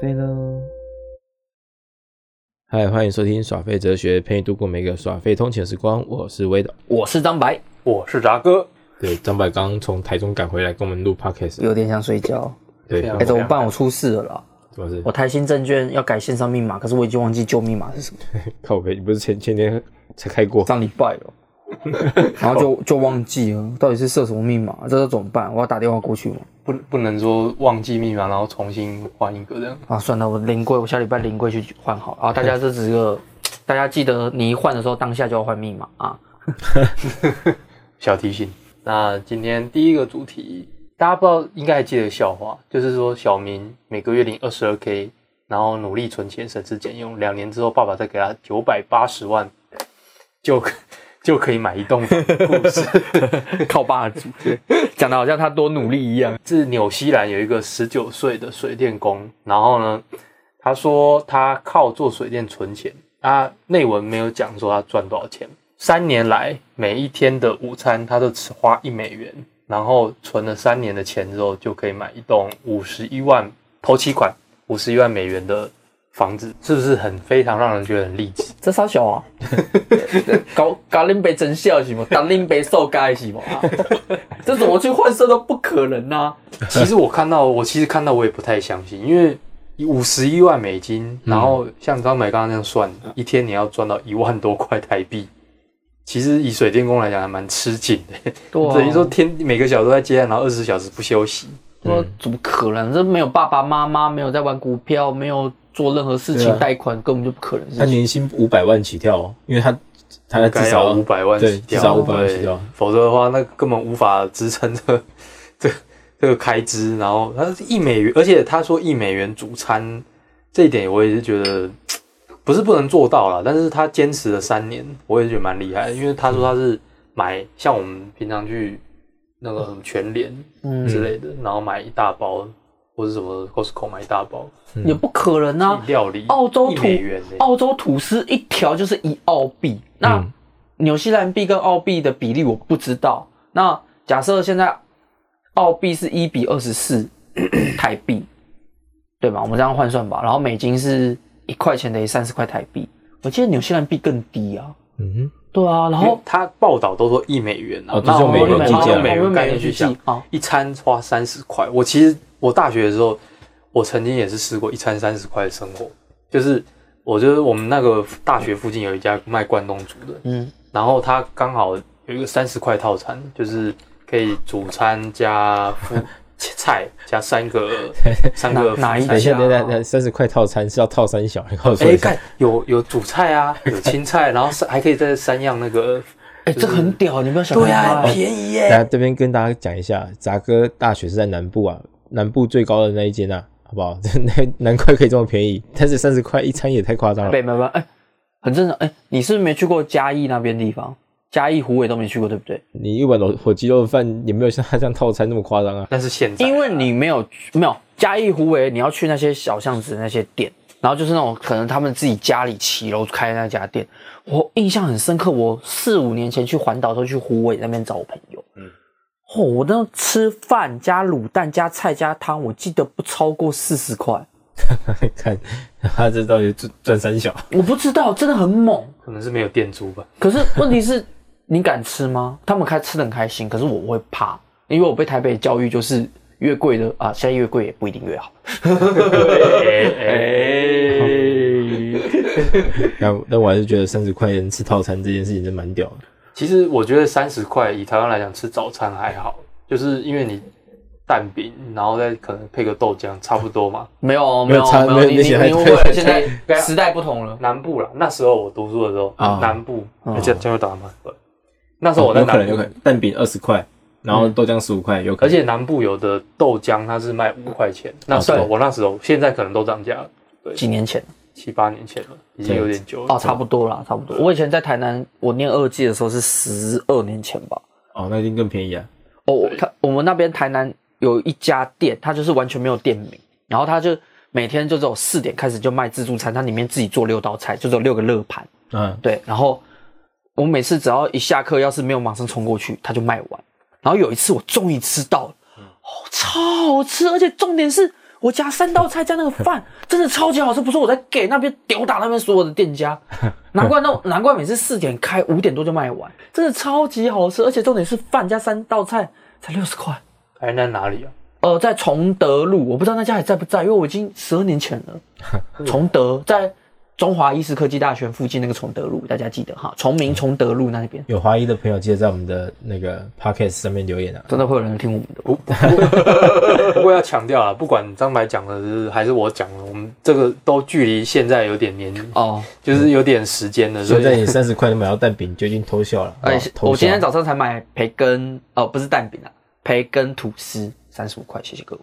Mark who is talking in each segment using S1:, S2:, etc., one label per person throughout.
S1: 费喽。
S2: 嗨，欢迎收听耍废哲学，陪你度过每个耍废通勤的时光。我是威导。
S3: 我是张白，
S4: 我是炸哥，
S2: 对，张柏刚从台中赶回来，跟我们录 podcast。
S1: 有点想睡觉，
S2: 对，
S4: 非
S2: 怎
S4: 常
S1: 哎、怎么办？我出事了啦！
S2: 么是
S1: 我？台新证券要改线上密码，可是我已经忘记旧密码是什么，
S2: 靠背，你不是前前天才开过？
S1: 上礼拜 了，然后就就忘记了，到底是设什么密码？这要怎么办？我要打电话过去吗？
S3: 不不能说忘记密码，然后重新换一个这样。
S1: 啊，算了，我临柜，我下礼拜临柜去换好了。啊，大家这只是 个，大家记得你一换的时候，当下就要换密码 啊。
S3: 小提醒。那今天第一个主题，大家不知道应该还记得笑话，就是说小明每个月领二十二 k，然后努力存钱，省吃俭用，两年之后爸爸再给他九百八十万，就 就可以买一栋房的故事。
S1: 靠霸主，讲的好像他多努力一样。
S3: 是纽西兰有一个十九岁的水电工，然后呢，他说他靠做水电存钱，他内文没有讲说他赚多少钱。三年来，每一天的午餐他都只花一美元，然后存了三年的钱之后，就可以买一栋五十一万头期款五十一万美元的房子，是不是很非常让人觉得很励志？
S1: 这啥小啊？ 搞搞恁被真笑是吗？打恁被受该是吗？啊 这怎么去换色都不可能啊呐、
S3: 其实我看到，我其实看到我也不太相信，因为五十一万美金，
S2: 嗯
S3: 然后像张美刚刚那样算，一天你要赚到一万多块台币，其实以水电工来讲还蛮吃紧的，
S1: 对啊
S3: 等于说天每个小时都在接案，然后二十小时不休息。
S1: 说怎么可能？这没有爸爸妈妈，没有在玩股票，没有做任何事情，
S2: 对啊
S1: 贷款根本就不可能。
S2: 他年薪五百万起跳哦，因为他他至
S3: 该要
S2: 少
S3: 五百万
S2: 对，
S3: 起
S2: 至
S3: 跳，
S2: 少五百万
S3: 对
S2: 起跳。
S3: 否则的话，那根本无法支撑这个 这个这个开支。然后他是一美元，而且他说一美元主餐这一点，我也是觉得不是不能做到啦，但是他坚持了三年，我也觉得蛮厉害的，因为他说他是买像我们平常去那个什么全联
S1: 嗯，
S3: 之类的，然后买一大包。或者什么 Costco 买一大包
S1: 也不可能啊！
S3: 料理，
S1: 澳洲
S3: 一
S1: 土
S3: 美元欸
S1: 澳洲吐司一条就是一澳币，那
S2: 嗯
S1: 纽西兰币跟澳币的比例我不知道。那假设现在澳币是一比二 十四台币，对吧？我们这样换算吧。然后美金是一块钱等于三十块台币，我记得纽西兰币更低啊。
S2: 嗯
S1: 对啊，然
S3: 然后
S1: 后
S3: 他报道都说一美元啊，
S2: 哦
S3: 那
S2: 都是用
S3: 我
S2: 美元
S3: 们
S2: 计价
S3: 用
S1: 我
S3: 美
S1: 们
S3: 元
S1: 美
S3: 概
S1: 元
S3: 念
S1: 去
S3: 去
S1: 计
S3: 想，
S1: 啊。
S3: 一餐花三十块。我其实我大学的时候，我曾经也是试过一餐三十块的生活，就是我就是我们那个大学附近有一家卖关东煮的，
S1: 嗯，
S3: 然后他刚好有一个三十块套餐，就是可以主餐加副菜加三个三个
S1: 哪哪一
S3: 副
S2: 哼，
S3: 菜啊
S2: 哎，
S1: 家
S2: 现在在在三十块套餐是要套三小，你告诉我
S3: 哎，
S2: 一下
S3: 看。有有主菜啊，有青菜，然后三还可以再三样那个，
S1: 哎，这很屌，你不要想
S3: 对啊，
S1: 太多
S3: 很便宜耶。
S2: 来这边跟大家讲一下，杂哥大学是在南部啊，南部最高的那一间啊，好不好？ 难难怪可以这么便宜，但是三十块一餐也太夸张了
S1: 北。门湾，哎，很正常。哎，你是不是没去过嘉义那边地方？嘉义、湖尾都没去过，对不对？
S2: 你一碗火火鸡肉饭也没有像他这样套餐那么夸张啊。
S3: 那是现在，
S1: 因为你没有没有嘉义湖尾，你要去那些小巷子那些店，然后就是那种可能他们自己家里骑楼开那家店，我印象很深刻。我四五年前去环岛的时候去湖尾那边找我朋友，嗯
S3: 嗯，
S1: 哦，我那吃饭加卤蛋加菜加汤，我记得不超过四十块，
S2: 看他这到底赚赚三小，
S1: 我不知道，真的很猛。
S3: 可能是没有店租吧。
S1: 可是问题是，你敢吃吗？他们开吃的很开心，可是我会怕，因为我被台北教育就是越贵的啊，现在越贵也不一定越好。哎
S2: 哎那那我还是觉得三十块钱吃套餐这件事情真蛮屌的。
S3: 其实我觉得三十块以台湾来讲吃早餐还好，就是因为你蛋饼，然后再可能配个豆浆，差不多嘛。
S1: 没有
S2: 没有差没有
S1: 你
S2: 那
S1: 你
S2: 些还
S1: 你误会了，
S2: 对
S1: 现在时代不同了。
S3: 南部啦，那时候我读书的时候，
S2: 啊
S3: 南部哎
S1: 嗯
S3: 而且江油打蛮贵。那时候我在
S2: 哦有可
S3: 南
S2: 能有
S3: 部，
S2: 可能蛋饼二十块，然后豆浆十五块，有可
S3: 而
S2: 能。
S3: 且南部有的豆浆它是卖五块钱，那时候
S2: 啊对
S3: 我那时候现在可能都涨价了，
S1: 几年前
S3: 七八年前了，已经有点久
S2: 啊
S3: 了。
S1: 哦，差不多啦，差不多。我以前在台南，我念二技的时候是十二年前吧。
S2: 哦，那一定更便宜啊。
S1: 哦，我他我们那边台南有一家店，它就是完全没有店名，然后它就每天就只有四点开始就卖自助餐，它里面自己做六道菜，就只有六个热盘。
S2: 嗯，
S1: 对，然后我每次只要一下课，要是没有马上冲过去，他就卖完。然后有一次我终于吃到了，哦，超好吃，而且重点是我加三道菜加那个饭，真的超级好吃。不是我在给那边吊打那边所有的店家，难怪那难怪每次四点开，五点多就卖完，真的超级好吃。而且重点是饭加三道菜才六十块。
S3: 台南哪里啊？
S1: 呃，在崇德路，我不知道那家还在不在，因为我已经十二年前 了。崇德在中华医师科技大学附近那个崇德路，大家记得哈，崇明崇德路那边。
S2: 有怀疑的朋友，记得在我们的那个 podcast 上面留言啊。
S1: 真的会有人听我们的，
S3: 不，不不过要强调啊，不管张白讲的是还是我讲的，我们这个都距离现在有点年，
S1: 哦，
S3: 就是有点时间了，所
S2: 所以在
S3: 以
S2: 你三十块能买到蛋饼，就已经偷笑了。
S1: 而
S2: 哦
S1: 且
S2: 偷笑
S1: 哎我今天早上才买培根，哦，不是蛋饼啊，培根吐司三十五块，谢谢各位。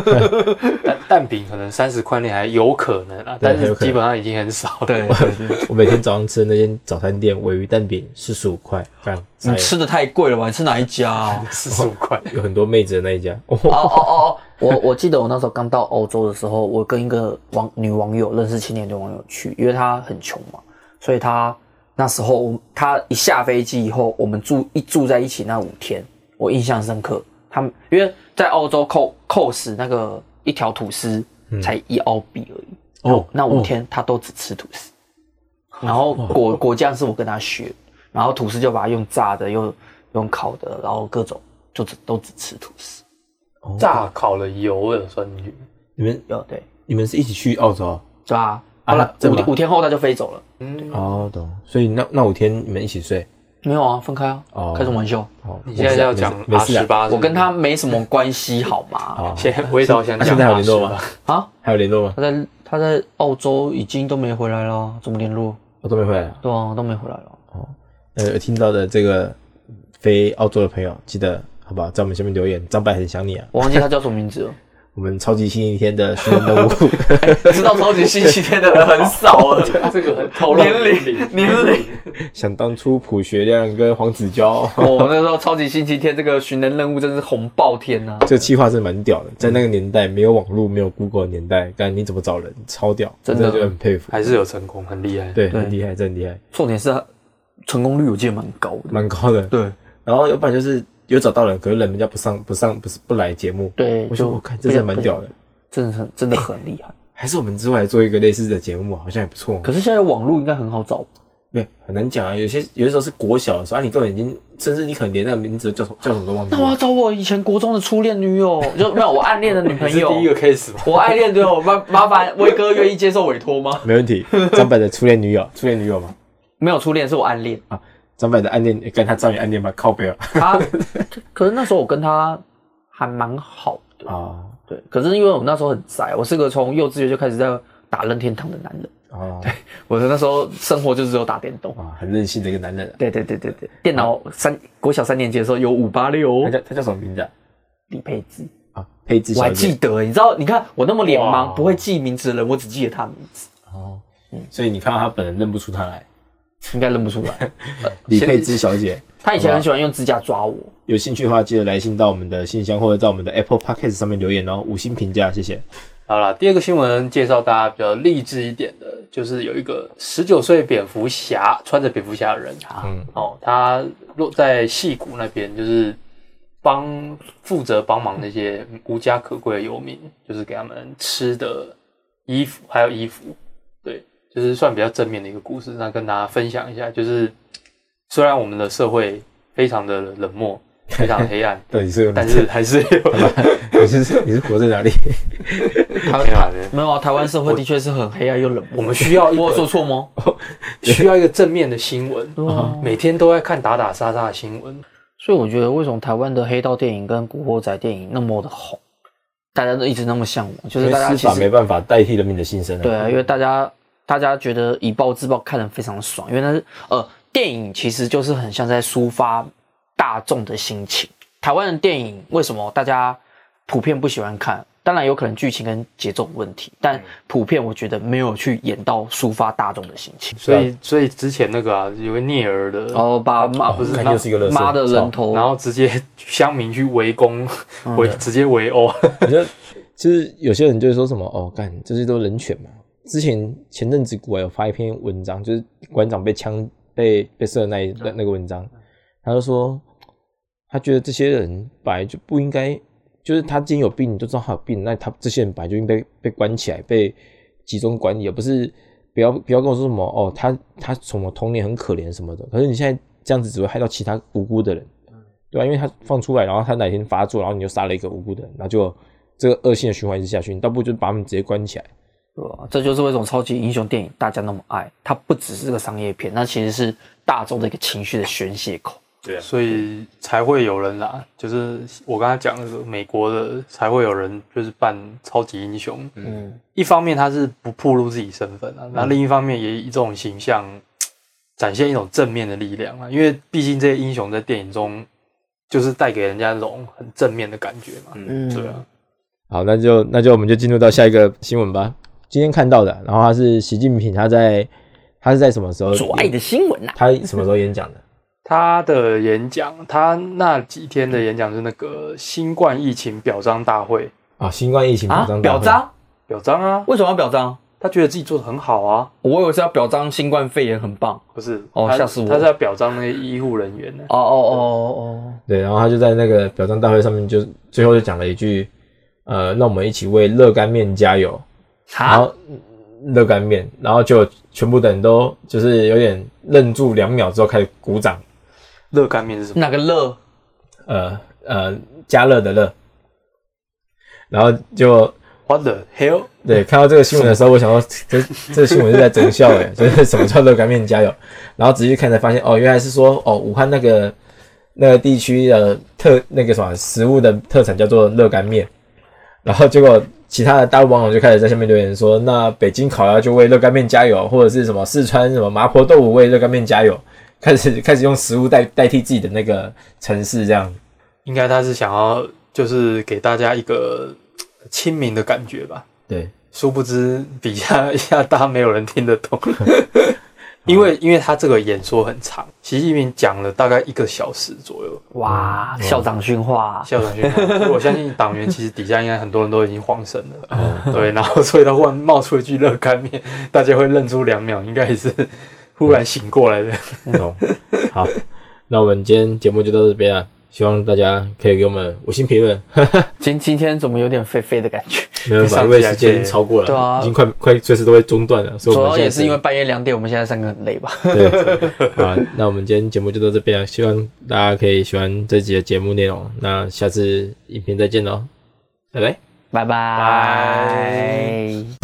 S3: 蛋蛋饼可能三十块内还有可能啊，但
S2: 很
S3: 是
S2: 有可能
S3: 基本上已经很少了。
S1: 对，
S2: 我每天早上吃的那间早餐店尾鱼蛋饼四十五块，干，
S1: 你
S2: 塞
S1: 吃的太贵了吧？你吃哪一家啊？
S3: 四十五 块，
S2: 有很多妹子的那一家，哦，
S1: 哦哦哦哦！我我记得我那时候刚到欧洲的时候，我跟一个网女网友认识青年的网友去，因为她很穷嘛，所以她那时候我她一下飞机以后，我们住一住在一起那五天，我印象深刻。他们因为在澳洲扣扣死那个一条吐司才一澳币而已，
S2: 哦
S1: 那五天他都只吃吐司，然后果果酱是我跟他学，然后吐司就把它用炸的，用用烤的，然后各种就只都只吃吐司。
S3: 炸烤了油了算进去，
S2: 你们
S1: 有对，
S2: 你们是一起去澳洲？
S1: 是吧？
S2: 啊
S1: 后
S2: 那
S1: 来
S2: 这
S1: 五
S2: 么
S1: 天五天后他就飞走了，
S3: 嗯，
S2: 哦，懂。所以那那五天你们一起睡？
S1: 没有啊，分开啊，
S2: 哦
S1: 开什么玩笑？
S2: 哦，
S3: 你现在要讲
S2: 没
S3: 阿
S2: 事
S3: 十
S2: 啊。
S3: 八，
S1: 我跟他没什么关系，好吗？
S2: 哦
S3: 现在微少想
S2: 那
S3: 讲，
S2: 现在还有联络吗？？
S1: 啊，
S2: 还有联络吗？
S1: 他在他在澳洲已经都没回来了，怎么联络？
S2: 我都没回来啊。
S1: 对啊，都没回来了。
S2: 呃，有听到的这个非澳洲的朋友，记得好不好？在我们下面留言，张白很想你啊！
S1: 我忘记他叫什么名字了。
S2: 我们超级星期天的寻人任务，
S1: 知道超级星期天的人很少 了，这个透露年龄年龄。
S2: 想当初朴学亮跟黄子佼，
S1: 我哦那时候超级星期天这个寻人任务真是红爆天啊呐、
S2: 这个计划是蛮屌的。在那个年代，没有网络、没有 Google 的年代，但你怎么找人，超屌，
S1: 真的
S2: 我就很佩服。
S3: 还是有成功，很厉害。，
S2: 对，
S1: 对
S2: 很厉害，真的厉害，
S1: 重点是他成功率我记得蛮高的。
S2: 蛮高的。
S1: 对
S2: 然后要不然就是有找到人，可是人家不上、不上、不是不来节目。
S1: 对，
S2: 我说
S1: 就
S2: 我看这真的蛮屌的，
S1: 真的很真的很厉害。
S2: 还是我们之后来做一个类似的节目，好像也不错哦。
S1: 可是现在网络应该很好找吧，
S2: 没有很难讲啊，有些有些时候是国小的时候，啊，你根本已经，甚至你可能连那个名字叫什么叫什么都忘记
S1: 那我要
S2: 了。
S1: 找我以前国中的初恋女 友，就没有我暗恋的女朋
S3: 是
S1: 友。
S3: 第一个 case 吧？
S1: 我暗恋女友，麻麻烦威哥愿意接受委托吗？
S2: 没问题，张柏的初恋女友，初恋女友嘛，
S1: 没有初恋，是我暗恋
S2: 啊，张柏的暗恋，跟他照你暗恋吧，靠背啊。
S1: 他。 可是那时候我跟他还蛮好的，
S2: 啊
S1: 对。可是因为我那时候很宅，我是个从幼稚园就开始在打任天堂的男人。
S2: 啊
S1: 我那时候生活就只有打电动。
S2: 啊，很任性的一个男人啊。
S1: 对对对对啊对，电脑三国小三年级的时候有五八六
S2: 他叫他叫什么名字啊？
S1: 李佩芝，
S2: 啊，配置
S1: 我
S2: 小
S1: 还
S2: 姐
S1: 记。得，你知道？你看我那么脸盲，
S3: 哇
S1: 不会记名字的人，我只记得他名字，
S2: 哦，所以你看到他本人认不出他来。
S1: 应该认不出来。
S2: 李佩芝小姐，
S1: 他以前很喜欢用指甲抓我。
S2: 有兴趣的话，记得来信到我们的信箱，或者到我们的 Apple Podcast 上面留言哦，五星评价，谢谢。
S3: 好了，第二个新闻介绍大家比较励志一点的，就是有一个十九岁蝙蝠侠穿着蝙蝠侠的人，
S2: 嗯，，
S3: 哦，他落在戏谷那边，就是帮负责帮忙那些无家可归的游民，就是给他们吃的、衣服还有衣服，对，就是算比较正面的一个故事。那跟大家分享一下，就是虽然我们的社会非常的冷漠，非常黑暗
S2: 到底是有哪
S3: 但是还是 有
S2: 你是你是活在哪里？
S3: 台湾人。
S1: 没有啊，台湾社会的确是很黑啊暗又冷漠。
S3: 我们需要一
S1: 我有说
S3: 个
S1: 错吗？
S3: 需要一个正面的新 闻，
S1: 对啊
S3: 每天都在看打打杀杀的新闻，
S1: 所以我觉得，为什么台湾的黑道电影跟古惑仔电影那么的红，大家都一直那么向往，就
S2: 因
S1: 是
S2: 为
S1: 大家
S2: 司
S1: 其
S2: 法没
S1: 实
S2: 办法代替人民的心声啊。
S1: 对啊，因为大家大家觉得以暴制暴看得非常爽，因为那是呃电影其实就是很像在抒发大众的心情。台湾的电影为什么大家普遍不喜欢看？当然有可能剧情跟节奏有问题，但普遍我觉得没有去演到抒发大众的心情。
S3: 所以所以之前那个啊，有个聂耳的
S1: 然后把妈
S2: 哦
S1: 不
S2: 不
S1: 是
S2: 是，看又是一个垃圾
S1: 妈的人头，
S3: 然后直接乡民去围攻，
S1: 嗯
S3: 围、直接围殴，
S2: 我觉得就是有些人就会说什么哦，干这些都人权嘛。之前前阵子古玩有发一篇文章，就是馆长被枪被被射的那一那那个文章，他就说他觉得这些人本来就不应该就是他今天有病，你就知道他有病，那他这些人本来就应该被被关起来，被集中管理，而不是不要不要跟我说什么哦，他他什么童年很可怜什么的。可是你现在这样子只会害到其他无辜的人，对吧、啊因为他放出来，然后他哪天发作，然后你就杀了一个无辜的人，然后就这个恶性的循环一直下去，你倒不如就把他们直接关起来。
S1: 对吧？这就是为什么超级英雄电影大家那么爱，它不只是个商业片，它其实是大众的一个情绪的宣泄口。
S4: 对啊，
S3: 所以才会有人啦，就是我刚才讲的是美国的，才会有人就是扮超级英雄。
S1: 嗯，
S3: 一方面他是不暴露自己身份啊，那另一方面也以这种形象展现一种正面的力量啊，因为毕竟这些英雄在电影中就是带给人家那种很正面的感觉嘛。
S1: 嗯
S3: 对啊，
S2: 好，那就那就我们就进入到下一个新闻吧。今天看到的，然后他是习近平，他在他是在什么时候？
S1: 阻碍嗯的新闻呐、啊
S2: 他什么时候演讲的？
S3: 他的演讲，他那几天的演讲是那个新冠疫情表彰大会，
S2: 啊，新冠疫情
S1: 啊！
S2: 彰
S1: 表
S2: 表
S1: 彰？
S3: 表彰啊，
S1: 为什么要表彰？
S3: 他觉得自己做的很好啊，
S1: 我以为是要表彰新冠肺炎很棒。
S3: 不是？
S1: 哦
S3: 他
S1: 吓死我
S3: 他是要表彰那些医护人员呢、
S1: 哦哦哦哦
S2: 对，然后他就在那个表彰大会上面就最后就讲了一句，呃，让我们一起为热干面加油。
S1: 哦，
S2: 然
S1: 好，
S2: 后嗯热干面，然后就全部的人都就是有点愣住两秒之后开始鼓掌，
S3: 热干面是什么？
S1: 那个乐
S2: 呃呃，加热的热。然后就
S3: What the hell？
S2: 对看到这个新闻的时候，我想说这这新闻是在整笑哎， 就是什么叫热干面加油？然后仔细看才发现哦，原来是说哦，武汉那个那个地区的特那个什么食物的特产叫做热干面，然后结果其他的大陆网友就开始在下面留言说，那北京烤鸭就为热干面加油，或者是什么四川什么麻婆豆腐为热干面加油，开始开始用食物代代替自己的那个城市这样。
S3: 应该他是想要就是给大家一个呃亲民的感觉吧。
S2: 对，
S3: 殊不知比下下大没有人听得 懂，因为因为他这个演说很长，习近平讲了大概一个小时左右。
S1: 哇，嗯校长训话，啊
S3: 校长训话，所以我相信党员其实底下应该很多人都已经慌神了，对，然后所以他忽然冒出一句热干面，大家会愣出两秒，应该也是忽然醒过来的。
S2: 懂。好，那我们今天节目就到这边啊，希望大家可以给我们五星评论。
S1: 今今天怎么有点废废的感觉？
S2: 没有办法，因为时间已经超过了，
S1: 对啊
S2: 已经快快随时都会中断了，所以
S1: 主
S2: 我
S1: 要
S2: 们
S1: 也
S2: 现在
S1: 是因为半夜两点，我们现在三个很累吧？
S2: 对啊。那我们今天节目就到这边了，啊希望大家可以喜欢这集的节目内容。那下次影片再见喽，拜拜。
S1: 拜拜。